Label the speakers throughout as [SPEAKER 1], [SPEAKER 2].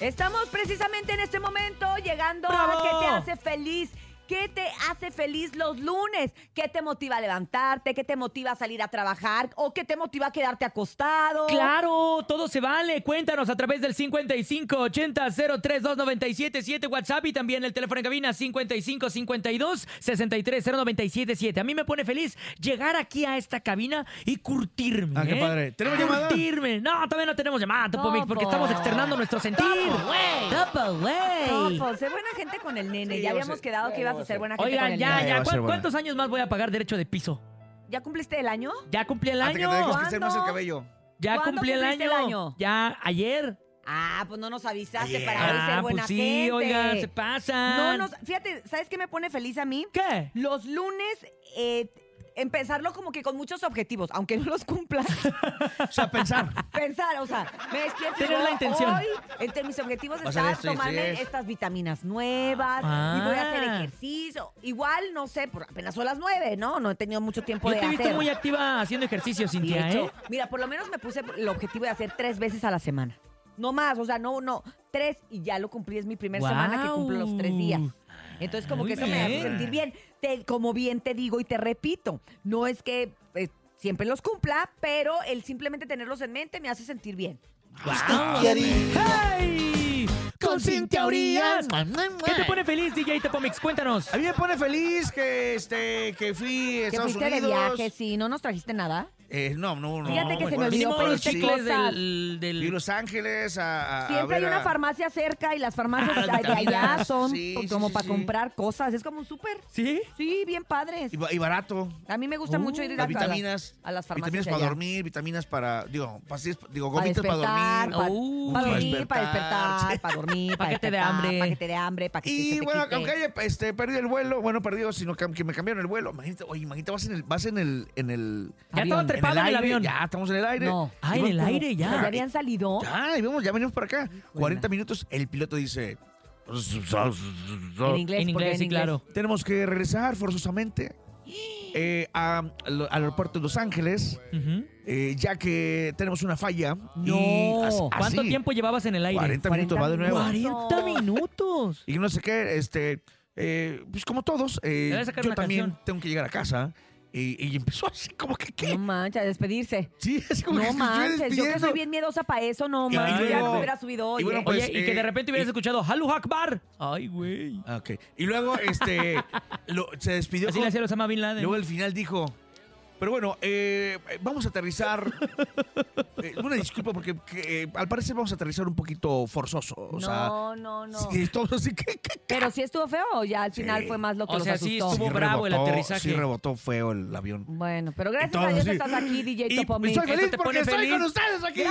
[SPEAKER 1] Estamos precisamente en este momento llegando a
[SPEAKER 2] ¡Bravo!
[SPEAKER 1] qué te hace feliz. ¿Qué te hace feliz los lunes? ¿Qué te motiva a levantarte? ¿Qué te motiva a salir a trabajar? ¿O qué te motiva a quedarte acostado?
[SPEAKER 2] Claro, todo se vale. Cuéntanos a través del 5580-032977 WhatsApp y también el teléfono en cabina 5552-630977. A mí me pone feliz llegar aquí a esta cabina y curtirme.
[SPEAKER 3] Ah, qué
[SPEAKER 2] ¿eh?
[SPEAKER 3] padre. ¿Tenemos llamada?
[SPEAKER 2] Curtirme. No, todavía no tenemos llamada, Topomix,
[SPEAKER 1] No,
[SPEAKER 2] porque
[SPEAKER 1] po.
[SPEAKER 2] estamos externando nuestro sentir. Topo, güey.
[SPEAKER 1] No, pues, sé buena gente con el nene.
[SPEAKER 3] Sí,
[SPEAKER 1] ya
[SPEAKER 3] yo
[SPEAKER 1] habíamos
[SPEAKER 3] sé.
[SPEAKER 1] quedado
[SPEAKER 3] Ya,
[SPEAKER 1] que ibas
[SPEAKER 3] voy
[SPEAKER 1] a
[SPEAKER 3] a
[SPEAKER 1] ser
[SPEAKER 3] ser.
[SPEAKER 1] buena gente con
[SPEAKER 2] Oigan,
[SPEAKER 1] el
[SPEAKER 2] ya,
[SPEAKER 1] nene.
[SPEAKER 3] va
[SPEAKER 2] ya.
[SPEAKER 3] a ser
[SPEAKER 2] ¿Cuán-
[SPEAKER 3] buena.
[SPEAKER 2] ¿Cuántos años más voy a pagar derecho de piso?
[SPEAKER 1] ¿Ya cumpliste el año?
[SPEAKER 2] Ya cumplí el
[SPEAKER 3] Hasta que te
[SPEAKER 2] año.
[SPEAKER 3] dejes crecernos el
[SPEAKER 1] ¿Cuándo?
[SPEAKER 3] cabello.
[SPEAKER 2] Ya
[SPEAKER 1] ¿Cuándo
[SPEAKER 2] cumplí el
[SPEAKER 1] cumpliste
[SPEAKER 2] año.
[SPEAKER 1] el año?
[SPEAKER 2] Ya ayer.
[SPEAKER 1] Ah, pues no nos avisaste para hoy ser
[SPEAKER 2] Ah,
[SPEAKER 1] buena
[SPEAKER 2] pues sí,
[SPEAKER 1] gente.
[SPEAKER 2] oigan, se pasa.
[SPEAKER 1] No nos, fíjate, ¿sabes qué me pone feliz a mí?
[SPEAKER 2] ¿Qué?
[SPEAKER 1] Los lunes eh, empezarlo como que con muchos objetivos, aunque no los cumpla.
[SPEAKER 3] O sea, pensar.
[SPEAKER 1] Pensar, o sea, me despierto. y
[SPEAKER 2] Tener
[SPEAKER 1] digo,
[SPEAKER 2] la intención.
[SPEAKER 1] Hoy, entre mis objetivos
[SPEAKER 3] Vas a hacer
[SPEAKER 1] está
[SPEAKER 3] esto y
[SPEAKER 1] tomarme
[SPEAKER 3] esto.
[SPEAKER 1] estas vitaminas nuevas
[SPEAKER 2] Ah.
[SPEAKER 1] y voy a hacer ejercicio. Igual, no sé, por apenas son las nueve, ¿no? No he tenido mucho tiempo
[SPEAKER 2] Yo
[SPEAKER 1] de
[SPEAKER 2] te he visto
[SPEAKER 1] hacer.
[SPEAKER 2] muy activa haciendo ejercicio,
[SPEAKER 1] Sí,
[SPEAKER 2] Cintia,
[SPEAKER 1] de hecho,
[SPEAKER 2] ¿eh?
[SPEAKER 1] Mira, por lo menos me puse el objetivo de hacer tres veces a la semana. No más, o sea, no, no, tres y ya lo cumplí. Es mi primera semana que cumplo los tres días.
[SPEAKER 2] Guau.
[SPEAKER 1] Entonces, como
[SPEAKER 2] Muy
[SPEAKER 1] que eso me hace
[SPEAKER 2] bien.
[SPEAKER 1] sentir bien. Te- como bien te digo y te repito, no es que eh, siempre los cumpla, pero el simplemente tenerlos en mente me hace sentir bien.
[SPEAKER 2] Guau. Ah. ¡Hey! Con Cintia Urias. ¿Qué te pone feliz, DJ Topomix? Cuéntanos.
[SPEAKER 3] A mí me pone feliz que, este, que fui a
[SPEAKER 1] Que
[SPEAKER 3] Estados
[SPEAKER 1] fuiste de
[SPEAKER 3] Unidos.
[SPEAKER 1] viaje, sí, no nos trajiste nada.
[SPEAKER 3] Eh, no, no, no.
[SPEAKER 1] Fíjate que se me olvidó
[SPEAKER 3] bueno,
[SPEAKER 1] este
[SPEAKER 2] Mínimo
[SPEAKER 3] pero
[SPEAKER 2] unos
[SPEAKER 1] pedirte
[SPEAKER 3] sí.
[SPEAKER 2] chicles
[SPEAKER 1] cosas.
[SPEAKER 2] del... del-
[SPEAKER 3] Fui a Los Ángeles a, a- a
[SPEAKER 1] Siempre hay
[SPEAKER 3] ver
[SPEAKER 1] una
[SPEAKER 3] a-
[SPEAKER 1] farmacia cerca y las farmacias
[SPEAKER 2] Ah, las
[SPEAKER 1] de allá
[SPEAKER 2] vitaminas.
[SPEAKER 1] son
[SPEAKER 3] Sí, sí,
[SPEAKER 1] como
[SPEAKER 3] sí,
[SPEAKER 1] para
[SPEAKER 3] sí.
[SPEAKER 1] comprar cosas. Es como un súper.
[SPEAKER 2] ¿Sí?
[SPEAKER 1] Sí, bien padres.
[SPEAKER 3] y, ba- y barato.
[SPEAKER 1] A mí me gusta
[SPEAKER 2] Uh,
[SPEAKER 1] mucho ir a,
[SPEAKER 3] Las
[SPEAKER 1] a
[SPEAKER 3] vitaminas.
[SPEAKER 1] a las farmacias
[SPEAKER 3] Vitaminas
[SPEAKER 1] de
[SPEAKER 3] para
[SPEAKER 1] allá.
[SPEAKER 3] dormir, vitaminas para. Digo, pastillas, digo
[SPEAKER 1] Para
[SPEAKER 3] gomitas para,
[SPEAKER 1] despertar,
[SPEAKER 3] dormir.
[SPEAKER 1] para,
[SPEAKER 2] Uh,
[SPEAKER 1] para
[SPEAKER 3] para
[SPEAKER 1] dormir, para
[SPEAKER 3] despertar.
[SPEAKER 1] despertar, para dormir, para
[SPEAKER 2] Paquete de
[SPEAKER 1] despertar,
[SPEAKER 2] hambre.
[SPEAKER 1] paquete de hambre, para que te- se
[SPEAKER 3] Y
[SPEAKER 1] te
[SPEAKER 3] bueno,
[SPEAKER 1] quite.
[SPEAKER 3] aunque haya este, perdido el vuelo, bueno, perdido, sino que, que me cambiaron el vuelo. Imagínate, oye, imagínate, vas en el, vas en el, en el,
[SPEAKER 2] Ya
[SPEAKER 1] Avión.
[SPEAKER 2] estaba trepado en el
[SPEAKER 3] aire,
[SPEAKER 2] avión.
[SPEAKER 3] Ya, estamos en el aire.
[SPEAKER 1] No.
[SPEAKER 2] Ah, en el aire
[SPEAKER 1] Pero ya
[SPEAKER 2] ya.
[SPEAKER 1] habían
[SPEAKER 2] Oh.
[SPEAKER 1] salido.
[SPEAKER 3] Ya, y vemos, ya venimos para acá. 40 minutos, el piloto dice. "Pues,
[SPEAKER 1] En inglés,
[SPEAKER 2] En
[SPEAKER 1] porque
[SPEAKER 2] inglés, sí, claro.
[SPEAKER 3] Tenemos que regresar forzosamente eh, a- al al aeropuerto de Los Ángeles,
[SPEAKER 2] Ujú.
[SPEAKER 3] eh, ya que tenemos una falla. y
[SPEAKER 2] No.
[SPEAKER 3] as-
[SPEAKER 2] ¿Cuánto
[SPEAKER 3] así,
[SPEAKER 2] tiempo llevabas en el aire?
[SPEAKER 3] 40 Ah, minutos, va de nuevo.
[SPEAKER 2] 40 minutos.
[SPEAKER 3] Y no sé qué, este, eh, pues como todos, eh,
[SPEAKER 2] Te voy a sacar
[SPEAKER 3] yo
[SPEAKER 2] una
[SPEAKER 3] también
[SPEAKER 2] canción.
[SPEAKER 3] tengo que llegar a casa. Y, y empezó así como que, ¿qué?
[SPEAKER 1] No manches, a despedirse.
[SPEAKER 3] Sí, así como que
[SPEAKER 1] No
[SPEAKER 3] se estuviera
[SPEAKER 1] manches, yo que soy
[SPEAKER 3] despidiendo.
[SPEAKER 1] bien miedosa para eso, no
[SPEAKER 3] Y
[SPEAKER 1] manches, ya
[SPEAKER 3] luego-
[SPEAKER 1] me hubiera subido hoy.
[SPEAKER 3] y bueno,
[SPEAKER 1] ¿eh?
[SPEAKER 3] pues,
[SPEAKER 2] Oye, y que
[SPEAKER 3] eh,
[SPEAKER 2] de repente hubieras
[SPEAKER 3] y-
[SPEAKER 2] escuchado Halu Akbar. Ay, güey.
[SPEAKER 3] Ah, ok. Y luego, este, lo- se despidió.
[SPEAKER 2] Así
[SPEAKER 3] con-
[SPEAKER 2] le hacía Osama Bin Laden.
[SPEAKER 3] luego al final dijo, pero bueno, eh, vamos a aterrizar. Eh, una disculpa porque que, eh, al parecer vamos a aterrizar un poquito forzoso. O sea,
[SPEAKER 1] no, no, no.
[SPEAKER 3] sí, todos así que... que-
[SPEAKER 1] Pero sí estuvo feo o ya al final
[SPEAKER 3] Sí.
[SPEAKER 1] fue más lo que
[SPEAKER 2] O
[SPEAKER 1] los
[SPEAKER 2] sea, sí
[SPEAKER 1] asustó.
[SPEAKER 2] estuvo- bravo el aterrizaje.
[SPEAKER 3] Sí rebotó feo el avión.
[SPEAKER 1] Bueno, pero gracias a
[SPEAKER 3] Entonces,
[SPEAKER 1] Dios
[SPEAKER 3] sí.
[SPEAKER 1] estás aquí, DJ
[SPEAKER 3] Y
[SPEAKER 1] Topomix.
[SPEAKER 3] estoy feliz
[SPEAKER 2] te pone
[SPEAKER 3] porque estoy
[SPEAKER 2] feliz.
[SPEAKER 3] con ustedes aquí.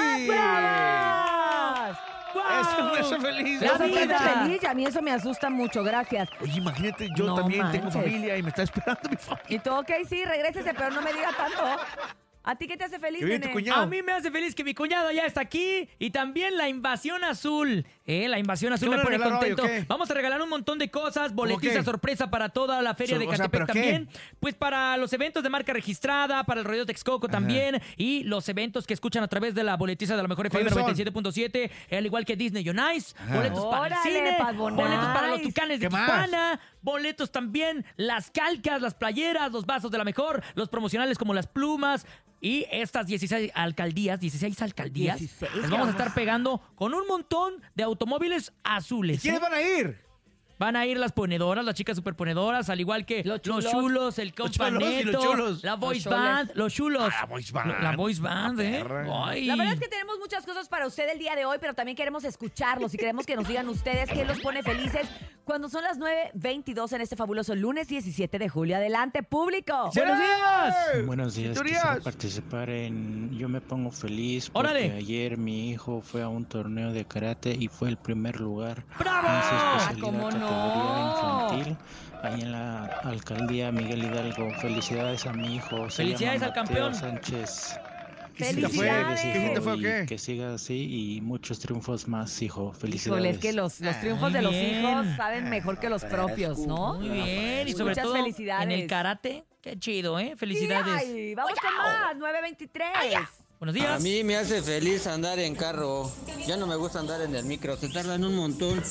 [SPEAKER 1] ¡Gracias!
[SPEAKER 3] ¡Ah,
[SPEAKER 2] ¡Guau!
[SPEAKER 3] Eso me hace feliz.
[SPEAKER 2] La
[SPEAKER 1] Yo soy
[SPEAKER 2] vida.
[SPEAKER 1] tan feliz y a mí eso me asusta mucho, gracias.
[SPEAKER 3] Oye, imagínate, yo
[SPEAKER 1] No
[SPEAKER 3] también tengo
[SPEAKER 1] manches.
[SPEAKER 3] familia y me está esperando mi familia.
[SPEAKER 1] Y tú, ok, sí, regrésese, pero no me diga tanto. ¿A ti qué te hace feliz,
[SPEAKER 3] Que viene
[SPEAKER 1] nene?
[SPEAKER 3] tu cuñado.
[SPEAKER 2] A mí me hace feliz que mi cuñado ya está aquí y también la invasión azul. Eh, la invasión azul me
[SPEAKER 3] ¿Qué van a
[SPEAKER 2] pone
[SPEAKER 3] regalar hoy,
[SPEAKER 2] contento.
[SPEAKER 3] o qué?
[SPEAKER 2] Vamos a regalar un montón de cosas, boletiza
[SPEAKER 3] qué?
[SPEAKER 2] sorpresa para toda la feria
[SPEAKER 3] So-
[SPEAKER 2] de
[SPEAKER 3] o sea,
[SPEAKER 2] Catepec
[SPEAKER 3] ¿pero qué?
[SPEAKER 2] también. Pues para los eventos de marca registrada, para el Rodeo Texcoco también y los eventos que escuchan a través de la boletiza de la mejor FM
[SPEAKER 3] ¿Cuáles son?
[SPEAKER 2] 97.7, al igual que Disney On Ice,
[SPEAKER 3] Ajá.
[SPEAKER 2] boletos para el
[SPEAKER 1] Órale,
[SPEAKER 2] cine,
[SPEAKER 1] Pad Bon
[SPEAKER 2] boletos para los
[SPEAKER 1] Ice.
[SPEAKER 2] tucanes de
[SPEAKER 3] ¿Qué más?
[SPEAKER 2] Tijuana, boletos también, las calcas, las playeras, los vasos de la mejor, los promocionales como las plumas y estas 16 alcaldías, 16 alcaldías,
[SPEAKER 1] 16,
[SPEAKER 2] les vamos
[SPEAKER 1] vamos.
[SPEAKER 2] a estar pegando con un montón de automóviles azules.
[SPEAKER 3] ¿Quiénes
[SPEAKER 2] ¿eh?
[SPEAKER 3] van a ir?
[SPEAKER 2] Van a ir las ponedoras, las chicas superponedoras, al igual que los
[SPEAKER 1] Los
[SPEAKER 2] chulos,
[SPEAKER 1] chulos.
[SPEAKER 2] el
[SPEAKER 3] Los chulos y los
[SPEAKER 2] compañero,
[SPEAKER 3] chulos.
[SPEAKER 2] la voice
[SPEAKER 1] Los
[SPEAKER 2] band, los chulos.
[SPEAKER 3] Ah, la voice band.
[SPEAKER 2] La voice band,
[SPEAKER 3] Ah,
[SPEAKER 2] ¿eh?
[SPEAKER 3] perra.
[SPEAKER 2] Ay.
[SPEAKER 1] La verdad es que tenemos muchas cosas para usted el día de hoy, pero también queremos escucharlos y queremos que nos digan ustedes qué los pone felices cuando son las 9.22 en este fabuloso lunes 17 de julio. Adelante, público.
[SPEAKER 2] ¡Buenos días!
[SPEAKER 4] Buenos días, quisiera
[SPEAKER 3] Teorías.
[SPEAKER 4] participar en Yo me pongo feliz porque
[SPEAKER 2] Órale.
[SPEAKER 4] ayer mi hijo fue a un torneo de karate y fue el primer lugar
[SPEAKER 2] ¡Bravo!
[SPEAKER 4] en su
[SPEAKER 2] Ah,
[SPEAKER 4] especialidad
[SPEAKER 1] ¿cómo no?
[SPEAKER 4] categoría infantil ahí en la alcaldía Miguel Hidalgo. Felicidades a mi hijo. se llama
[SPEAKER 2] Felicidades al
[SPEAKER 4] Mateo
[SPEAKER 2] campeón.
[SPEAKER 4] Sánchez.
[SPEAKER 3] ¿Qué
[SPEAKER 1] cita fue?
[SPEAKER 4] Felicidades,
[SPEAKER 1] ¿Qué
[SPEAKER 4] hijo,
[SPEAKER 3] cita fue o
[SPEAKER 4] y
[SPEAKER 3] qué?
[SPEAKER 4] Que siga así y muchos triunfos más, hijo.
[SPEAKER 1] Híjole,
[SPEAKER 4] Felicidades.
[SPEAKER 1] es que los, los triunfos
[SPEAKER 2] Ah, Muy
[SPEAKER 1] de los
[SPEAKER 2] bien.
[SPEAKER 1] hijos saben mejor que los propios, ¿no?
[SPEAKER 2] Muy bien, y sobre
[SPEAKER 1] Muchas
[SPEAKER 2] todo
[SPEAKER 1] felicidades.
[SPEAKER 2] en el karate. Qué chido, ¿eh? Felicidades.
[SPEAKER 1] Ay, vamos con más, 9.23.
[SPEAKER 2] Buenos días.
[SPEAKER 5] A mí me hace feliz andar en carro. Ya no me gusta andar en el micro, se tardan un montón.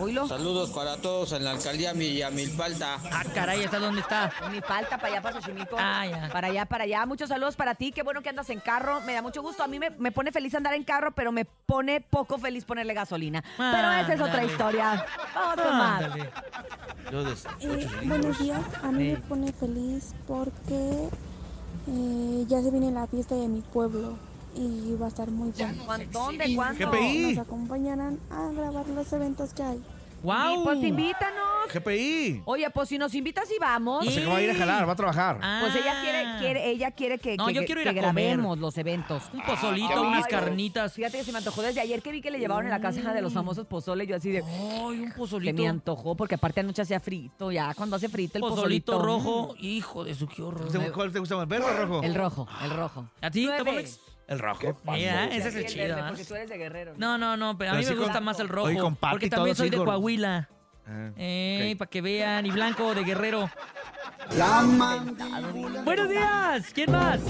[SPEAKER 1] Oílo.
[SPEAKER 5] Saludos para todos en la alcaldía Millamilpalta.
[SPEAKER 2] Ah, caray, ¿está dónde está?
[SPEAKER 1] Mi falta para allá, para Xochimilco.
[SPEAKER 2] Ah, ya.
[SPEAKER 1] Para allá, para allá. Muchos saludos para ti. Qué bueno que andas en carro. Me da mucho gusto. A mí me, me pone feliz andar en carro, pero me pone poco feliz ponerle gasolina. pero esa es otra
[SPEAKER 2] Ándale.
[SPEAKER 1] historia. Vamos con más.
[SPEAKER 2] Ándale.
[SPEAKER 3] Yo desde
[SPEAKER 6] Eh, buenos
[SPEAKER 3] ocho cilindros.
[SPEAKER 6] días, a mí me
[SPEAKER 2] Sí.
[SPEAKER 6] pone feliz porque eh, ya se viene la fiesta de mi pueblo y va a estar muy bueno.
[SPEAKER 1] ¿Cuán- ¿Dónde? ¿Cuándo?
[SPEAKER 3] GPI.
[SPEAKER 6] Nos acompañarán a grabar los eventos que hay.
[SPEAKER 2] ¡Guau!
[SPEAKER 1] Y, Pues invítanos.
[SPEAKER 3] GPI.
[SPEAKER 1] Oye, pues si nos invitas y vamos.
[SPEAKER 3] O sea que va a ir a jalar, va a trabajar.
[SPEAKER 2] Ah.
[SPEAKER 1] Pues ella quiere, quiere, ella quiere que,
[SPEAKER 2] No,
[SPEAKER 1] que-
[SPEAKER 2] yo
[SPEAKER 1] que-
[SPEAKER 2] quiero ir
[SPEAKER 1] que
[SPEAKER 2] a comer.
[SPEAKER 1] grabemos los eventos.
[SPEAKER 2] Un pozolito,
[SPEAKER 1] Ay,
[SPEAKER 2] unas
[SPEAKER 1] no.
[SPEAKER 2] carnitas.
[SPEAKER 1] Fíjate que se me antojó desde ayer que vi que le llevaban en la casa de los famosos pozole, yo así de
[SPEAKER 2] ¡Ay, un
[SPEAKER 1] que
[SPEAKER 2] Mm. pozolito!
[SPEAKER 1] me antojó, porque aparte anoche hacía frito, ya cuando hace frito el pozolito.
[SPEAKER 2] pozolito, rojo. Hijo de su, qué horror.
[SPEAKER 3] ¿Te- ¿Cuál te gusta más, verde o rojo? Ah.
[SPEAKER 1] El rojo, el rojo.
[SPEAKER 2] ¿A ti,
[SPEAKER 1] Nueve.
[SPEAKER 2] Topomex?
[SPEAKER 3] El rojo.
[SPEAKER 2] Mira, ese es
[SPEAKER 1] Sí,
[SPEAKER 2] el
[SPEAKER 1] verde,
[SPEAKER 2] chido. ¿ah?
[SPEAKER 1] Porque tú eres de guerrero.
[SPEAKER 2] No, no, no, pero a mí
[SPEAKER 3] Así
[SPEAKER 2] me gusta
[SPEAKER 1] con-
[SPEAKER 2] más el rojo.
[SPEAKER 3] Oye, con pati
[SPEAKER 2] porque
[SPEAKER 3] y todo
[SPEAKER 2] también soy
[SPEAKER 3] así
[SPEAKER 2] de
[SPEAKER 3] con-
[SPEAKER 2] Coahuila.
[SPEAKER 3] Ah,
[SPEAKER 2] Eh,
[SPEAKER 3] ok.
[SPEAKER 2] para que vean. Y blanco de guerrero. Buenos días. ¿Quién más?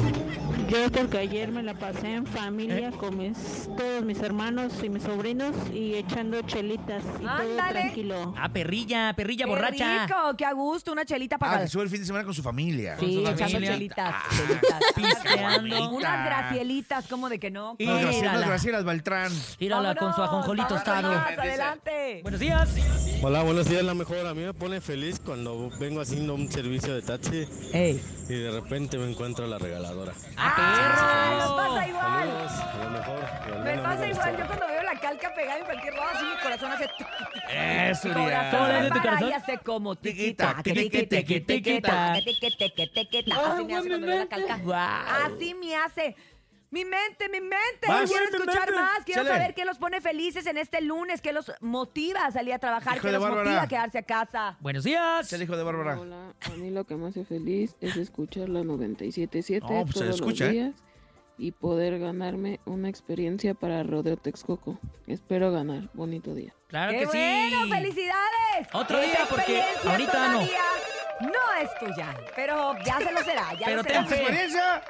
[SPEAKER 7] Yo porque ayer me la pasé en familia
[SPEAKER 3] Eh.
[SPEAKER 7] con mis, todos mis hermanos y mis sobrinos y echando chelitas y todo
[SPEAKER 1] Ándale.
[SPEAKER 7] tranquilo.
[SPEAKER 2] Ah, perrilla, perrilla
[SPEAKER 1] Qué
[SPEAKER 2] borracha.
[SPEAKER 1] rico, qué a gusto, una chelita
[SPEAKER 3] Ah,
[SPEAKER 1] para
[SPEAKER 3] que sube el fin de semana con su familia.
[SPEAKER 2] Con
[SPEAKER 1] Sí,
[SPEAKER 2] su
[SPEAKER 1] echando
[SPEAKER 2] familia. Ah,
[SPEAKER 1] chelitas, chelitas.
[SPEAKER 2] pisteando.
[SPEAKER 1] Unas gracielitas, como de que no.
[SPEAKER 2] Y-
[SPEAKER 3] Unas gracias, unas
[SPEAKER 2] Mírala.
[SPEAKER 3] gracias, Beltrán.
[SPEAKER 2] Tírala con su ajonjolito
[SPEAKER 1] Vámonos,
[SPEAKER 2] tostado.
[SPEAKER 1] vámonos, Adelante.
[SPEAKER 2] Buenos días.
[SPEAKER 8] Hola, buenos días, la mejor. A mí me pone feliz cuando vengo haciendo un servicio de taxi
[SPEAKER 1] Ey.
[SPEAKER 8] y de repente me encuentro la regaladora.
[SPEAKER 1] ¡Ah,
[SPEAKER 2] perro!
[SPEAKER 1] nos pasa igual!
[SPEAKER 8] Saludos, a lo mejor. y al
[SPEAKER 1] Me
[SPEAKER 8] menos
[SPEAKER 1] pasa
[SPEAKER 8] me
[SPEAKER 1] igual,
[SPEAKER 8] gusta.
[SPEAKER 1] yo cuando veo la calca pegada en cualquier lado, así mi corazón hace... tuc, tuc, tuc.
[SPEAKER 3] Eso,
[SPEAKER 1] Mi
[SPEAKER 3] Uriah.
[SPEAKER 1] corazón
[SPEAKER 2] ¿Cómo le hace tu
[SPEAKER 1] para
[SPEAKER 2] corazón?
[SPEAKER 1] y hace como tiquita, tiquita,
[SPEAKER 3] Tiquita, tiqui,
[SPEAKER 1] tiquita,
[SPEAKER 3] tiqui,
[SPEAKER 1] tiquita,
[SPEAKER 2] tiquita.
[SPEAKER 1] tiquita,
[SPEAKER 3] Ah,
[SPEAKER 1] tiquita. Así me hace cuando veo la calca. Así me hace. Mi mente, mi mente.
[SPEAKER 3] Vas.
[SPEAKER 1] quiero
[SPEAKER 3] Ay, mi
[SPEAKER 1] escuchar
[SPEAKER 3] mente.
[SPEAKER 1] más. Quiero
[SPEAKER 3] Chale.
[SPEAKER 1] saber qué los pone felices en este lunes, qué los motiva a salir a trabajar,
[SPEAKER 3] Hijo
[SPEAKER 1] qué
[SPEAKER 3] de
[SPEAKER 1] los motiva
[SPEAKER 3] Bárbara.
[SPEAKER 1] a quedarse a casa.
[SPEAKER 2] Buenos días.
[SPEAKER 3] Es el hijo de Bárbara.
[SPEAKER 9] Hola, a mí lo que me hace feliz es escuchar la 97.7
[SPEAKER 3] No, pues se
[SPEAKER 9] todos
[SPEAKER 3] escucha, ¿eh?
[SPEAKER 9] los días y poder ganarme una experiencia para Rodeo Texcoco. Espero ganar. Bonito día.
[SPEAKER 2] Claro
[SPEAKER 1] ¡Qué
[SPEAKER 2] que
[SPEAKER 1] bueno!
[SPEAKER 2] sí.
[SPEAKER 1] ¡Felicidades!
[SPEAKER 2] Otro
[SPEAKER 1] Esa
[SPEAKER 2] día, porque
[SPEAKER 1] experiencia
[SPEAKER 2] ahorita no.
[SPEAKER 1] todavía No es tuya, pero ya se lo será. Ya
[SPEAKER 2] Pero
[SPEAKER 1] lo será.
[SPEAKER 2] ten fe.
[SPEAKER 3] experiencia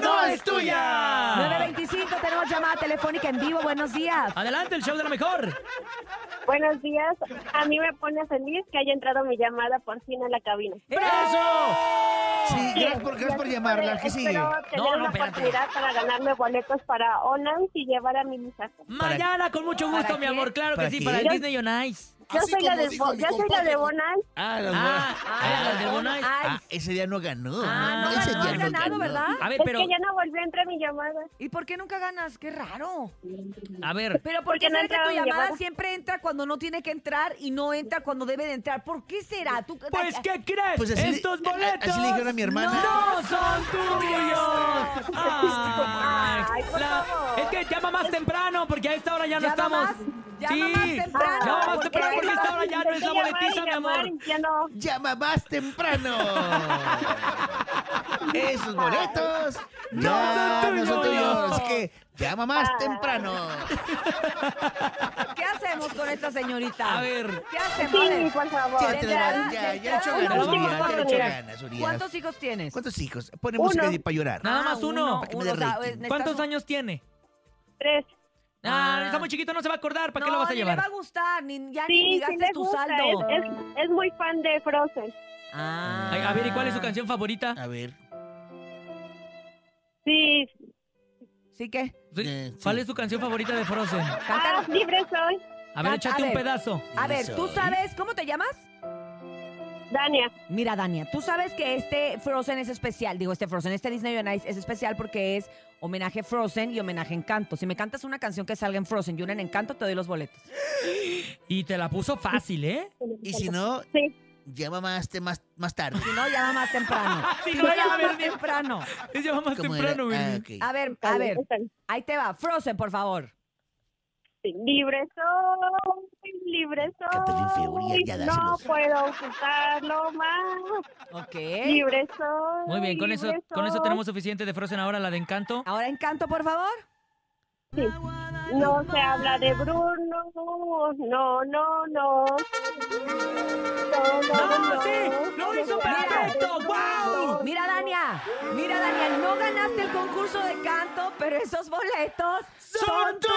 [SPEAKER 3] no es tuya.
[SPEAKER 1] 925, tenemos llamada telefónica en vivo. Buenos días.
[SPEAKER 2] Adelante, el show de la mejor.
[SPEAKER 10] Buenos días. A mí me pone feliz que haya entrado mi llamada por fin a la cabina.
[SPEAKER 3] ¡Eso! Sí, gracias por, gracias por
[SPEAKER 10] así
[SPEAKER 3] llamarla.
[SPEAKER 10] podré-
[SPEAKER 3] ¿Qué sigue?
[SPEAKER 10] Espero tener
[SPEAKER 2] no,
[SPEAKER 10] una
[SPEAKER 2] espérate.
[SPEAKER 10] oportunidad para ganarme boletos para Onans y llevar a mi mensaje.
[SPEAKER 2] Mañana, con mucho gusto,
[SPEAKER 1] ¿Para qué?
[SPEAKER 2] mi amor. Claro que
[SPEAKER 3] ¿Para
[SPEAKER 2] sí,
[SPEAKER 3] qué?
[SPEAKER 2] para el Disney on Ice.
[SPEAKER 10] Yo soy la, de, Bo- yo soy la de Bonans.
[SPEAKER 3] Ah, las
[SPEAKER 2] Ah,
[SPEAKER 3] bolas.
[SPEAKER 2] ah, las del Bon Ice.
[SPEAKER 1] Ay,
[SPEAKER 3] Ah, ese día no
[SPEAKER 1] no,
[SPEAKER 2] Ah,
[SPEAKER 3] ganó.
[SPEAKER 2] no,
[SPEAKER 1] ganó, no
[SPEAKER 2] ese ya
[SPEAKER 1] has
[SPEAKER 2] no
[SPEAKER 1] ganado, ¿verdad?
[SPEAKER 2] A ver,
[SPEAKER 10] Es
[SPEAKER 2] pero,
[SPEAKER 10] que ya no volvió a entrar mi llamada.
[SPEAKER 1] ¿Y por qué nunca ganas? Qué raro.
[SPEAKER 2] a ver,
[SPEAKER 1] Pero ¿por qué
[SPEAKER 10] Porque no
[SPEAKER 1] será que tu
[SPEAKER 10] entraba mi
[SPEAKER 1] llamada
[SPEAKER 10] llamada.
[SPEAKER 1] siempre entra cuando no tiene que entrar y no entra cuando debe de entrar? ¿Por qué será? ¿Tú,
[SPEAKER 2] pues, ¿qué crees?
[SPEAKER 3] Pues así le-
[SPEAKER 2] Estos
[SPEAKER 3] a- a- así le
[SPEAKER 2] boletos
[SPEAKER 3] dijeron a mi hermana.
[SPEAKER 2] no son tuyos. Ay,
[SPEAKER 10] Ay, por
[SPEAKER 2] la-
[SPEAKER 10] favor.
[SPEAKER 2] es que llama más temprano, porque a esta hora ya no
[SPEAKER 1] Llama
[SPEAKER 2] estamos.
[SPEAKER 1] más, llama más temprano.
[SPEAKER 2] Llama más
[SPEAKER 1] porque
[SPEAKER 2] temprano, porque a
[SPEAKER 10] no,
[SPEAKER 2] esta hora ya no es la
[SPEAKER 10] intenté llamar y
[SPEAKER 2] boletiza, mi
[SPEAKER 10] llamar
[SPEAKER 2] amor.
[SPEAKER 10] y Ya no.
[SPEAKER 3] Llama más temprano. Esos boletos ya
[SPEAKER 2] son
[SPEAKER 3] no
[SPEAKER 2] tuyos.
[SPEAKER 3] son tuyos. Así que llama más temprano.
[SPEAKER 1] ¿Qué hacemos con esta señorita?
[SPEAKER 2] A ver.
[SPEAKER 1] ¿Qué hacemos? A
[SPEAKER 10] Sí,
[SPEAKER 1] ver,
[SPEAKER 10] por favor.
[SPEAKER 3] Ya,
[SPEAKER 1] de
[SPEAKER 3] te
[SPEAKER 1] entrada-
[SPEAKER 3] la- ya,
[SPEAKER 1] de
[SPEAKER 3] ya le echó
[SPEAKER 1] entrada,
[SPEAKER 3] ganas,
[SPEAKER 10] una última
[SPEAKER 3] Urias. Ya le echó
[SPEAKER 10] oportunidad.
[SPEAKER 3] ganas, Urias.
[SPEAKER 1] ¿Cuántos hijos tienes? Ah,
[SPEAKER 3] ¿Cuántos hijos? Pone
[SPEAKER 10] Uno.
[SPEAKER 3] música de para llorar.
[SPEAKER 2] Nada más uno.
[SPEAKER 3] Para que me dé
[SPEAKER 1] o sea,
[SPEAKER 3] rating.
[SPEAKER 1] necesitas
[SPEAKER 2] ¿Cuántos
[SPEAKER 1] un-
[SPEAKER 2] años tiene?
[SPEAKER 10] Tres.
[SPEAKER 2] Ah,
[SPEAKER 1] Ah.
[SPEAKER 2] está muy chiquito, no se va a acordar. ¿Para qué
[SPEAKER 1] no,
[SPEAKER 2] lo vas a
[SPEAKER 1] ni
[SPEAKER 2] llevar?
[SPEAKER 1] le va a gustar, ni, ya ni
[SPEAKER 10] Sí, sí
[SPEAKER 1] gastes
[SPEAKER 10] le
[SPEAKER 1] tu
[SPEAKER 10] gusta.
[SPEAKER 1] saldo.
[SPEAKER 10] Es, es, es muy fan de Frozen.
[SPEAKER 1] Ah.
[SPEAKER 2] Ay, A ver, ¿y cuál es su canción favorita?
[SPEAKER 3] A ver.
[SPEAKER 10] Sí.
[SPEAKER 1] ¿Sí qué?
[SPEAKER 2] Sí.
[SPEAKER 3] Eh,
[SPEAKER 2] ¿Cuál
[SPEAKER 3] sí.
[SPEAKER 2] es su canción favorita de Frozen?
[SPEAKER 10] Ah,
[SPEAKER 1] Cántala.
[SPEAKER 10] libre soy.
[SPEAKER 2] A ver,
[SPEAKER 1] Ah,
[SPEAKER 2] échate
[SPEAKER 1] a
[SPEAKER 2] un
[SPEAKER 1] ver.
[SPEAKER 2] pedazo.
[SPEAKER 1] A ver, ¿tú
[SPEAKER 3] Soy.
[SPEAKER 1] sabes cómo te llamas?
[SPEAKER 10] Dania.
[SPEAKER 1] Mira, Dania, tú sabes que este Frozen es especial. Digo, este Frozen, este Disney on Ice es especial porque es homenaje a Frozen y homenaje a Encanto. Si me cantas una canción que salga en Frozen y una en Encanto, te doy los boletos.
[SPEAKER 2] Y te la puso fácil, ¿eh?
[SPEAKER 3] Y si no,
[SPEAKER 10] Sí.
[SPEAKER 3] llama más, te- más, más tarde.
[SPEAKER 1] Si no, llama más temprano.
[SPEAKER 2] Si
[SPEAKER 1] si
[SPEAKER 2] no,
[SPEAKER 1] no,
[SPEAKER 2] llama
[SPEAKER 1] llama más
[SPEAKER 2] más
[SPEAKER 1] temprano.
[SPEAKER 2] Es ya más
[SPEAKER 3] ¿Cómo era?
[SPEAKER 2] temprano,
[SPEAKER 3] Ah,
[SPEAKER 2] Virginia.
[SPEAKER 3] ok.
[SPEAKER 1] A ver,
[SPEAKER 10] Está
[SPEAKER 1] a
[SPEAKER 10] bien,
[SPEAKER 1] ver,
[SPEAKER 10] está bien.
[SPEAKER 1] ahí te va. Frozen, por favor.
[SPEAKER 10] Sí, Libre soy, libre
[SPEAKER 3] Cántale bien feo,
[SPEAKER 10] soy.
[SPEAKER 3] Uriel, ya
[SPEAKER 10] No
[SPEAKER 3] dáselo.
[SPEAKER 10] puedo ocultarlo más.
[SPEAKER 1] Ok.
[SPEAKER 10] Libre soy.
[SPEAKER 2] ¿Eh? Muy bien, con eso,
[SPEAKER 10] libre
[SPEAKER 2] con eso
[SPEAKER 10] soy.
[SPEAKER 2] tenemos suficiente de Frozen ahora, la de Encanto.
[SPEAKER 1] Ahora Encanto, por favor.
[SPEAKER 10] No se habla de Bruno. No, no, no.
[SPEAKER 2] ¡No, sí! ¡Lo hizo perfecto! ¡Wow!
[SPEAKER 1] Mira, Dania, mira, Dania, no ganaste el concurso de canto, pero esos boletos son, tuyos.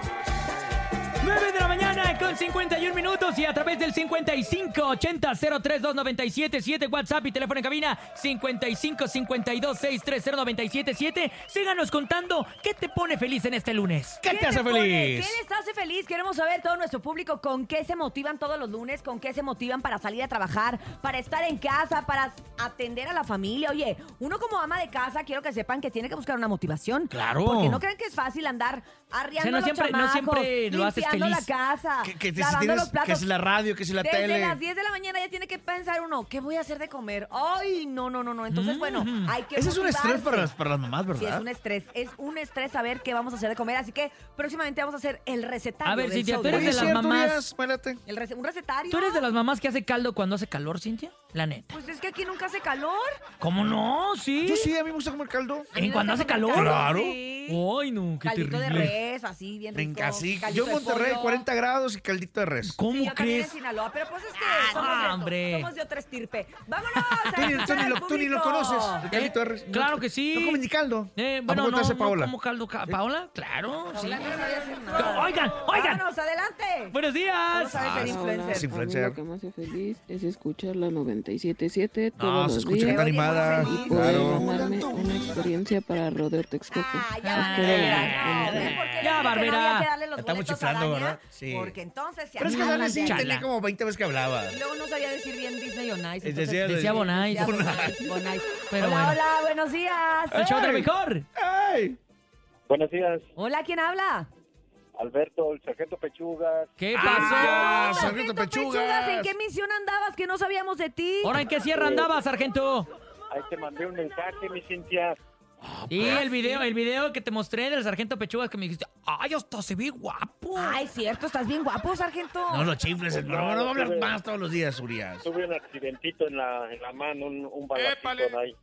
[SPEAKER 2] 9 de la mañana con 51 minutos y a través del 5580-032977 WhatsApp y teléfono en cabina 5552-630-977. Síganos contando qué te pone feliz en este lunes.
[SPEAKER 3] ¿Qué te hace
[SPEAKER 1] les pone?
[SPEAKER 3] feliz?
[SPEAKER 1] ¿Qué les hace feliz? Queremos saber todo nuestro público con qué se motivan todos los lunes, con qué se motivan para salir a trabajar, para estar en casa, para atender a la familia. Oye, uno como ama de casa, quiero que sepan que tiene que buscar una motivación.
[SPEAKER 2] Claro.
[SPEAKER 1] Porque no crean que es fácil andar
[SPEAKER 2] O
[SPEAKER 1] arriando
[SPEAKER 2] sea, no
[SPEAKER 1] los
[SPEAKER 2] siempre- no
[SPEAKER 1] chamacos,
[SPEAKER 2] siempre lo haces
[SPEAKER 1] limpiando
[SPEAKER 2] feliz.
[SPEAKER 1] la casa,
[SPEAKER 3] Que, que te- si
[SPEAKER 1] lavando
[SPEAKER 3] tienes-
[SPEAKER 1] los platos.
[SPEAKER 3] que es la radio, que es la
[SPEAKER 1] Desde
[SPEAKER 3] tele.
[SPEAKER 1] las 10 de la mañana ya tiene que pensar uno, ¿qué voy a hacer de comer? Ay, no, no, no, no. Entonces, bueno, hay que
[SPEAKER 3] Mm. Ese es un estrés
[SPEAKER 1] motivarse.
[SPEAKER 3] para las, para las mamás, ¿verdad?
[SPEAKER 1] Sí, es un estrés. Es un estrés saber qué vamos a hacer de comer. Así que próximamente vamos a hacer el recetario.
[SPEAKER 2] A ver,
[SPEAKER 1] del
[SPEAKER 2] Cintia,
[SPEAKER 1] show,
[SPEAKER 2] tú eres
[SPEAKER 1] ¿no?
[SPEAKER 2] de las mamás.
[SPEAKER 3] espérate.
[SPEAKER 1] El rece- un recetario.
[SPEAKER 2] ¿Tú eres de las mamás que hace caldo cuando hace calor, Cintia? La neta.
[SPEAKER 1] Pues es que aquí nunca hace calor.
[SPEAKER 2] ¿Cómo no? Sí.
[SPEAKER 3] Yo sí, a mí me gusta comer caldo.
[SPEAKER 1] A mí
[SPEAKER 2] ¿En
[SPEAKER 1] me
[SPEAKER 2] cuando
[SPEAKER 1] gusta
[SPEAKER 2] hace
[SPEAKER 1] comer
[SPEAKER 2] calor?
[SPEAKER 1] caldo,
[SPEAKER 3] Claro.
[SPEAKER 1] sí.
[SPEAKER 2] Ay, no, qué
[SPEAKER 1] Caldito de
[SPEAKER 2] terrible.
[SPEAKER 1] res, así, bien rico.
[SPEAKER 3] Venga, sí. Yo
[SPEAKER 1] caldito
[SPEAKER 3] en
[SPEAKER 1] de
[SPEAKER 3] Monterrey,
[SPEAKER 1] pollo.
[SPEAKER 3] 40 grados y caldito de res.
[SPEAKER 1] Sí,
[SPEAKER 2] ¿Cómo
[SPEAKER 1] yo también en
[SPEAKER 2] crees?
[SPEAKER 1] Sinaloa, pero pues es que
[SPEAKER 2] Ah,
[SPEAKER 1] somos, de,
[SPEAKER 2] hombre.
[SPEAKER 1] somos de otra estirpe. ¡Vámonos! a
[SPEAKER 3] Tú ni, tú
[SPEAKER 1] escuchar
[SPEAKER 3] ni
[SPEAKER 1] al
[SPEAKER 3] lo, tú ni
[SPEAKER 1] público.
[SPEAKER 3] lo conoces, el caldito de res.
[SPEAKER 2] claro que sí.
[SPEAKER 3] ¿No comes ni caldo?
[SPEAKER 2] Eh,
[SPEAKER 3] ¿A
[SPEAKER 2] bueno,
[SPEAKER 3] poco
[SPEAKER 2] no,
[SPEAKER 3] te hace
[SPEAKER 2] no
[SPEAKER 3] Paola?
[SPEAKER 2] como caldo. ca- ¿Paola? Claro, sí.
[SPEAKER 1] Hola, no sabe hacer nada.
[SPEAKER 2] Oigan, oigan.
[SPEAKER 1] ¡Vámonos, adelante!
[SPEAKER 2] Buenos
[SPEAKER 1] No
[SPEAKER 2] días. Ah,
[SPEAKER 1] sabe ser
[SPEAKER 9] Hola, hola.
[SPEAKER 1] influencer.
[SPEAKER 3] Sí,
[SPEAKER 9] A mí
[SPEAKER 3] influencer.
[SPEAKER 9] lo que me hace feliz es escuchar la 97.7
[SPEAKER 3] No,
[SPEAKER 9] todos
[SPEAKER 3] se
[SPEAKER 9] los
[SPEAKER 3] escucha que
[SPEAKER 9] días
[SPEAKER 3] está
[SPEAKER 1] Oye,
[SPEAKER 3] animada.
[SPEAKER 1] muy feliz.
[SPEAKER 9] y poder
[SPEAKER 3] Claro.
[SPEAKER 9] ganarme una experiencia para Rodeo Texcoco.
[SPEAKER 1] Ah, ya van a
[SPEAKER 9] Espero
[SPEAKER 1] llegar.
[SPEAKER 9] la-
[SPEAKER 1] No, ¿ven por qué le dije
[SPEAKER 2] Ya,
[SPEAKER 1] que
[SPEAKER 2] Barbera.
[SPEAKER 1] No había que darle los
[SPEAKER 3] Estamos
[SPEAKER 1] boletos
[SPEAKER 3] chiflando,
[SPEAKER 1] a Dania?
[SPEAKER 3] ¿verdad? Sí.
[SPEAKER 1] Porque entonces se
[SPEAKER 3] Pero es que
[SPEAKER 1] acaban
[SPEAKER 3] Dani
[SPEAKER 1] de
[SPEAKER 3] sí
[SPEAKER 1] ahí.
[SPEAKER 3] tenía como 20 veces que hablaba.
[SPEAKER 1] Y luego no sabía decir bien Disney on Ice.
[SPEAKER 3] Es
[SPEAKER 1] entonces-
[SPEAKER 3] decir,
[SPEAKER 2] Decía Bonais.
[SPEAKER 1] Decía Bonais, Bonais.
[SPEAKER 2] Pero
[SPEAKER 1] hola,
[SPEAKER 2] bueno.
[SPEAKER 1] hola, buenos días.
[SPEAKER 2] El show de la mejor.
[SPEAKER 3] ¡Ay!
[SPEAKER 11] Buenos días,
[SPEAKER 1] Hola, ¿quién habla?
[SPEAKER 11] Alberto, el sargento Pechugas.
[SPEAKER 2] ¿Qué
[SPEAKER 3] Ah,
[SPEAKER 2] pasó?
[SPEAKER 1] Hola,
[SPEAKER 3] Sargento Pechugas.
[SPEAKER 1] ¿En qué misión andabas que no sabíamos de ti?
[SPEAKER 2] ¿Ahora en qué sierra andaba, sargento?
[SPEAKER 11] Ahí te mandé un mensaje, mi Cintia.
[SPEAKER 2] Y pues, el video, el video que te mostré del sargento Pechugas que me dijiste, ay, hasta se ve guapo.
[SPEAKER 1] Ay, cierto, estás bien guapo, sargento.
[SPEAKER 3] No lo chifles, hermano. No va a hablar más todos los días, Urias.
[SPEAKER 11] Tuve un accidentito en la, en la mano, un, un balacito ahí.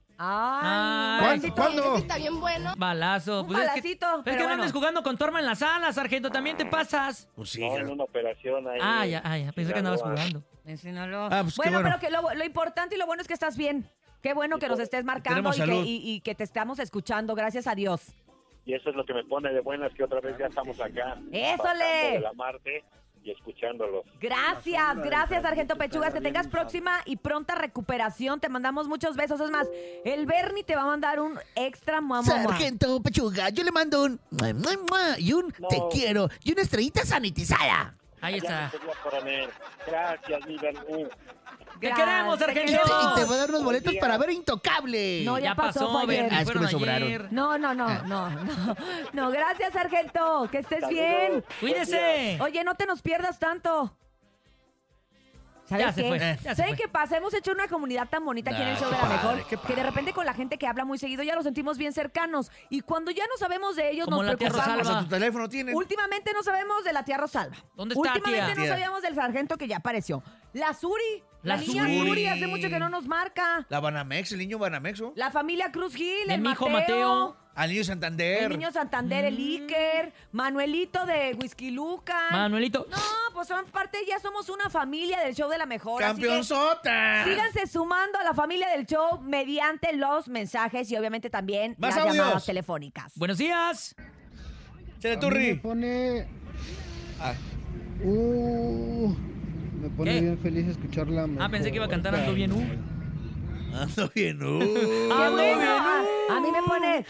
[SPEAKER 1] Ay,
[SPEAKER 2] Ay,
[SPEAKER 1] no.
[SPEAKER 3] ¿Cuándo? ¿Cuándo?
[SPEAKER 2] Balazo.
[SPEAKER 1] Un
[SPEAKER 2] Pues es que-
[SPEAKER 1] balacito,
[SPEAKER 2] Es que,
[SPEAKER 1] pero
[SPEAKER 2] no andes
[SPEAKER 1] bueno.
[SPEAKER 2] jugando con tu arma en la sala, sargento, también te pasas.
[SPEAKER 3] Pues sí.
[SPEAKER 11] No, en una operación ahí.
[SPEAKER 2] Ah, ya, ah, ya, pensé que andabas
[SPEAKER 11] Sinaloa.
[SPEAKER 2] jugando.
[SPEAKER 1] En Sinaloa.
[SPEAKER 3] Ah, pues qué
[SPEAKER 1] bueno,
[SPEAKER 3] bueno.
[SPEAKER 1] pero que lo, lo importante y lo bueno es que estás bien. Qué bueno que nos estés marcando
[SPEAKER 3] tenemos
[SPEAKER 1] y que,
[SPEAKER 3] salud.
[SPEAKER 1] y- y que te estamos escuchando, gracias a Dios.
[SPEAKER 11] Y eso es lo que me pone de buenas, que otra vez ya estamos acá.
[SPEAKER 1] ¡Ésole!
[SPEAKER 11] pasando de la Marte y escuchándolos.
[SPEAKER 1] Gracias, gracias, Sargento Pechugas. Que tengas próxima y pronta recuperación. Te mandamos muchos besos. Es más, el Bernie te va a mandar un extra mamá.
[SPEAKER 5] Sargento Pechuga, yo le mando un mua, mua, mua y un te
[SPEAKER 11] No.
[SPEAKER 5] quiero y una estrellita sanitizada.
[SPEAKER 2] Ahí
[SPEAKER 11] ah. Ya
[SPEAKER 2] está.
[SPEAKER 11] me quería poner. Gracias, mi Bermú.
[SPEAKER 2] ¡Te queremos,
[SPEAKER 5] Y te,
[SPEAKER 2] sargento!
[SPEAKER 5] y te voy a dar unos boletos para ver Intocable.
[SPEAKER 1] No, ya pasó, fue ayer.
[SPEAKER 2] Bernie,
[SPEAKER 5] Ah, es que
[SPEAKER 2] fueron
[SPEAKER 5] me sobraron.
[SPEAKER 2] ayer.
[SPEAKER 1] No, no, no, no, no. No, gracias, Sargento. Que estés bien.
[SPEAKER 11] Saludos.
[SPEAKER 2] ¡Cuídese!
[SPEAKER 1] Oye, no te nos pierdas tanto. ¿Sabes
[SPEAKER 2] Ya se
[SPEAKER 1] qué?
[SPEAKER 2] fue, ya se
[SPEAKER 1] ¿Saben
[SPEAKER 2] fue.
[SPEAKER 1] qué pasa? Hemos hecho una comunidad tan bonita aquí en el
[SPEAKER 3] Nah,
[SPEAKER 1] show
[SPEAKER 3] qué
[SPEAKER 1] de la
[SPEAKER 3] padre, qué
[SPEAKER 1] mejor que de repente con la gente que habla muy seguido ya los sentimos bien cercanos. Y cuando ya no sabemos de ellos,
[SPEAKER 2] Como
[SPEAKER 1] nos
[SPEAKER 2] la tía
[SPEAKER 1] preocupamos.
[SPEAKER 2] Rosalba.
[SPEAKER 3] Hasta tu teléfono tiene.
[SPEAKER 1] Últimamente no sabemos de la tía Rosalba.
[SPEAKER 2] ¿Dónde está,
[SPEAKER 1] Últimamente
[SPEAKER 2] tía?
[SPEAKER 1] no
[SPEAKER 3] Tía.
[SPEAKER 1] sabíamos del sargento que ya apareció. La Suri. La,
[SPEAKER 2] La
[SPEAKER 1] niña
[SPEAKER 2] Suri.
[SPEAKER 1] Suri. hace mucho que no nos marca.
[SPEAKER 3] La Banamex, el niño Banamexo.
[SPEAKER 1] La familia Cruz Gil,
[SPEAKER 2] De
[SPEAKER 1] el
[SPEAKER 2] mi hijo Mm.
[SPEAKER 1] Mateo,
[SPEAKER 2] Mateo.
[SPEAKER 3] Al niño
[SPEAKER 1] el
[SPEAKER 3] Santander.
[SPEAKER 1] niño Santander, el Iker, Manuelito de Whisky Luca.
[SPEAKER 2] Manuelito.
[SPEAKER 1] No, pues son parte, ya somos una familia del show de la mejor. así que
[SPEAKER 3] ¡Campeonzota!
[SPEAKER 1] Síganse sumando a la familia del show mediante los mensajes y obviamente también
[SPEAKER 3] Más
[SPEAKER 1] las
[SPEAKER 3] audios.
[SPEAKER 1] llamadas telefónicas.
[SPEAKER 2] Buenos días.
[SPEAKER 3] Cheleturri.
[SPEAKER 4] pone.
[SPEAKER 3] Ah.
[SPEAKER 4] me
[SPEAKER 2] pone ¿Qué? bien
[SPEAKER 4] Uh, feliz escucharla.
[SPEAKER 2] Eh, Ah, pensé que iba a cantar algo bien. uh.
[SPEAKER 3] Ando bien, uh.
[SPEAKER 1] ¡Qué
[SPEAKER 2] Ando
[SPEAKER 1] Ah, bueno!
[SPEAKER 2] bien,
[SPEAKER 1] A, a mí me pone...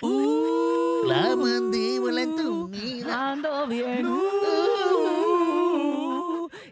[SPEAKER 2] Uh.
[SPEAKER 5] La mandíbula en tu vida.
[SPEAKER 1] Ando bien. uh.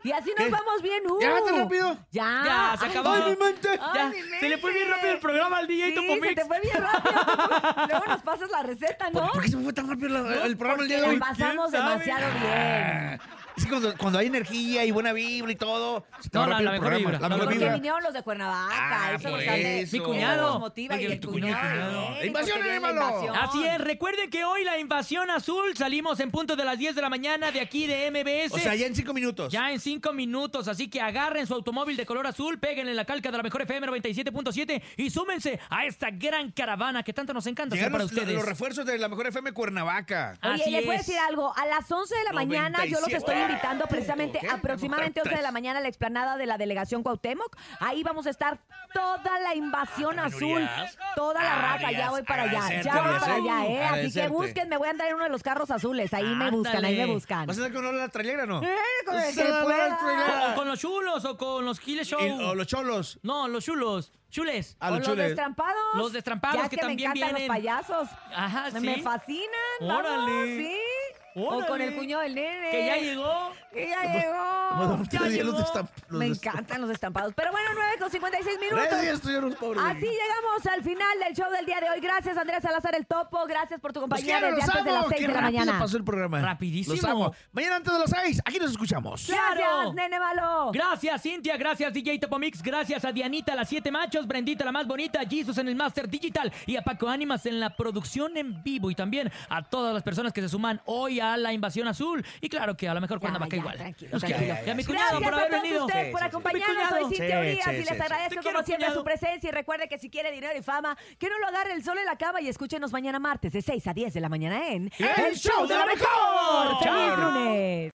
[SPEAKER 1] y así nos
[SPEAKER 3] ¿Qué?
[SPEAKER 1] vamos bien. Uh.
[SPEAKER 3] ¡Ya, vete rápido!
[SPEAKER 1] Ya.
[SPEAKER 2] Ya, se
[SPEAKER 1] Ay,
[SPEAKER 2] acabó.
[SPEAKER 1] ay,
[SPEAKER 3] mente!
[SPEAKER 2] Ya,
[SPEAKER 1] mi
[SPEAKER 2] se le fue bien
[SPEAKER 1] mente.
[SPEAKER 2] rápido el programa al DJ
[SPEAKER 1] Sí,
[SPEAKER 2] Topomix.
[SPEAKER 1] se te fue bien rápido. Luego nos pasas la receta, ¿no?
[SPEAKER 3] ¿Por, por qué se me fue tan rápido la- el programa el día de
[SPEAKER 1] Lo
[SPEAKER 3] hoy?
[SPEAKER 1] pasamos
[SPEAKER 2] ¿Quién sabe?
[SPEAKER 3] Ah,
[SPEAKER 1] demasiado bien.
[SPEAKER 3] Así cuando, cuando hay energía y buena vibra y todo. se te
[SPEAKER 2] No,
[SPEAKER 3] va
[SPEAKER 2] la-
[SPEAKER 3] rápido
[SPEAKER 2] la
[SPEAKER 3] el
[SPEAKER 2] mejor
[SPEAKER 3] programa.
[SPEAKER 2] vibra,
[SPEAKER 3] La
[SPEAKER 2] la
[SPEAKER 3] mejor
[SPEAKER 2] mejor
[SPEAKER 1] Porque
[SPEAKER 3] vibra.
[SPEAKER 1] vinieron los de Cuernavaca.
[SPEAKER 3] Ah,
[SPEAKER 1] eso nos
[SPEAKER 3] por
[SPEAKER 1] hace-
[SPEAKER 3] eso.
[SPEAKER 2] Mi cuñado.
[SPEAKER 1] nos motiva y
[SPEAKER 2] Oye,
[SPEAKER 1] el
[SPEAKER 2] tu
[SPEAKER 1] cuñado.
[SPEAKER 2] cuñado.
[SPEAKER 1] ¿eh?
[SPEAKER 3] La invasión,
[SPEAKER 1] Porque viene la
[SPEAKER 3] hermano.
[SPEAKER 1] invasión.
[SPEAKER 2] Así es, recuerden que hoy la invasión azul salimos en punto de las 10 de la mañana de aquí de MBS.
[SPEAKER 3] O sea, ya en cinco minutos.
[SPEAKER 2] Ya en cinco minutos, así que agarren su automóvil de color azul, péguenle en la calca de la mejor FM 97.7 y súmense a esta gran caravana que tanto nos encanta hacer
[SPEAKER 3] Llegaron
[SPEAKER 2] para
[SPEAKER 3] los, los-
[SPEAKER 2] ustedes.
[SPEAKER 3] los refuerzos de la mejor FM Cuernavaca.
[SPEAKER 1] Oye,
[SPEAKER 2] Así
[SPEAKER 1] les voy a
[SPEAKER 2] es.
[SPEAKER 1] decir algo. A las 11 de la mañana yo los
[SPEAKER 3] 97.
[SPEAKER 1] estoy invitando precisamente
[SPEAKER 3] ¿Qué?
[SPEAKER 1] aproximadamente 11 de la mañana a la explanada de la delegación Cuauhtémoc. Ahí vamos a estar toda la invasión azul,
[SPEAKER 3] Ah, minorías.
[SPEAKER 1] toda la raza. Ya
[SPEAKER 3] Minorías.
[SPEAKER 1] voy para allá, ya
[SPEAKER 3] Agradecerte,
[SPEAKER 1] voy para allá, ¿eh? Así que
[SPEAKER 3] agradecerte.
[SPEAKER 1] búsquenme, voy a andar en uno de los carros azules. Ahí me buscan, ahí me
[SPEAKER 2] Ándale.
[SPEAKER 1] buscan.
[SPEAKER 3] ¿Vas a andar con Lola la trailera no?
[SPEAKER 1] Eh, con el que
[SPEAKER 3] Lola
[SPEAKER 1] pueda.
[SPEAKER 3] la
[SPEAKER 2] Con,
[SPEAKER 3] trailera.
[SPEAKER 2] con los chulos o con los giles show.
[SPEAKER 3] Y- o los cholos.
[SPEAKER 2] No, los chulos. Ah, Chules.
[SPEAKER 1] Con
[SPEAKER 3] A los
[SPEAKER 1] los
[SPEAKER 3] chules.
[SPEAKER 1] destrampados.
[SPEAKER 2] Los destrampados
[SPEAKER 1] ya
[SPEAKER 2] que
[SPEAKER 1] que,
[SPEAKER 2] también
[SPEAKER 1] me encantan
[SPEAKER 2] vienen.
[SPEAKER 1] los payasos.
[SPEAKER 2] Ajá, sí.
[SPEAKER 1] Me fascinan. Vamos,
[SPEAKER 2] Órale.
[SPEAKER 1] sí. O
[SPEAKER 2] Órale.
[SPEAKER 1] con el cuño del nene.
[SPEAKER 2] Que ya llegó.
[SPEAKER 1] Que ya llegó.
[SPEAKER 3] Te dieron los destamp- los
[SPEAKER 1] Me
[SPEAKER 3] destamp-
[SPEAKER 1] encantan los estampados. Pero bueno, 9 con 56 minutos.
[SPEAKER 3] Gracias, estuvieron los pobres.
[SPEAKER 1] Así llegamos al final del show del día de hoy. Gracias, Andrés Salazar el Topo. Gracias por tu
[SPEAKER 3] Los
[SPEAKER 1] compañía
[SPEAKER 3] quiero,
[SPEAKER 1] desde
[SPEAKER 3] los
[SPEAKER 1] antes de las
[SPEAKER 3] amo.
[SPEAKER 1] 6
[SPEAKER 3] Qué
[SPEAKER 1] de la
[SPEAKER 3] rápido
[SPEAKER 1] mañana.
[SPEAKER 3] pasó el programa.
[SPEAKER 2] Rapidísimo.
[SPEAKER 3] Los amo. Mañana antes de las seis. Aquí nos escuchamos.
[SPEAKER 1] Gracias,
[SPEAKER 2] Claro.
[SPEAKER 1] nene malo.
[SPEAKER 2] Gracias, Cintia. Gracias, DJ Topomix. Gracias a Dianita, las siete machos. Brendita, la más bonita. Jesus en el Master Digital. Y a Paco Ánimas en la producción en vivo. Y también a todas las personas que se suman hoy a la Invasión Azul. Y claro que a lo mejor Cuernavaca
[SPEAKER 1] ya,
[SPEAKER 2] igual.
[SPEAKER 1] tranquilo,
[SPEAKER 2] Los quiero.
[SPEAKER 1] tranquilo.
[SPEAKER 2] Y a mi cuñado
[SPEAKER 1] Gracias
[SPEAKER 2] por haber
[SPEAKER 1] a todos
[SPEAKER 2] venido.
[SPEAKER 1] ustedes por
[SPEAKER 3] Sí, sí, sí.
[SPEAKER 1] acompañarnos.
[SPEAKER 2] Mi
[SPEAKER 1] Soy
[SPEAKER 2] cuñado.
[SPEAKER 1] Cintia
[SPEAKER 3] Sí,
[SPEAKER 1] Urias
[SPEAKER 3] sí,
[SPEAKER 1] y
[SPEAKER 3] sí,
[SPEAKER 1] les
[SPEAKER 3] sí.
[SPEAKER 2] Te
[SPEAKER 1] agradezco como
[SPEAKER 2] quiero,
[SPEAKER 1] siempre
[SPEAKER 2] cuñado.
[SPEAKER 1] su presencia. Y recuerde que si quiere dinero y fama, que no lo agarre el sol en la cama y escúchenos mañana martes de 6 a 10 de la mañana en
[SPEAKER 3] El Show de la Mejor.
[SPEAKER 1] ¡Feliz
[SPEAKER 3] Chao.
[SPEAKER 1] lunes!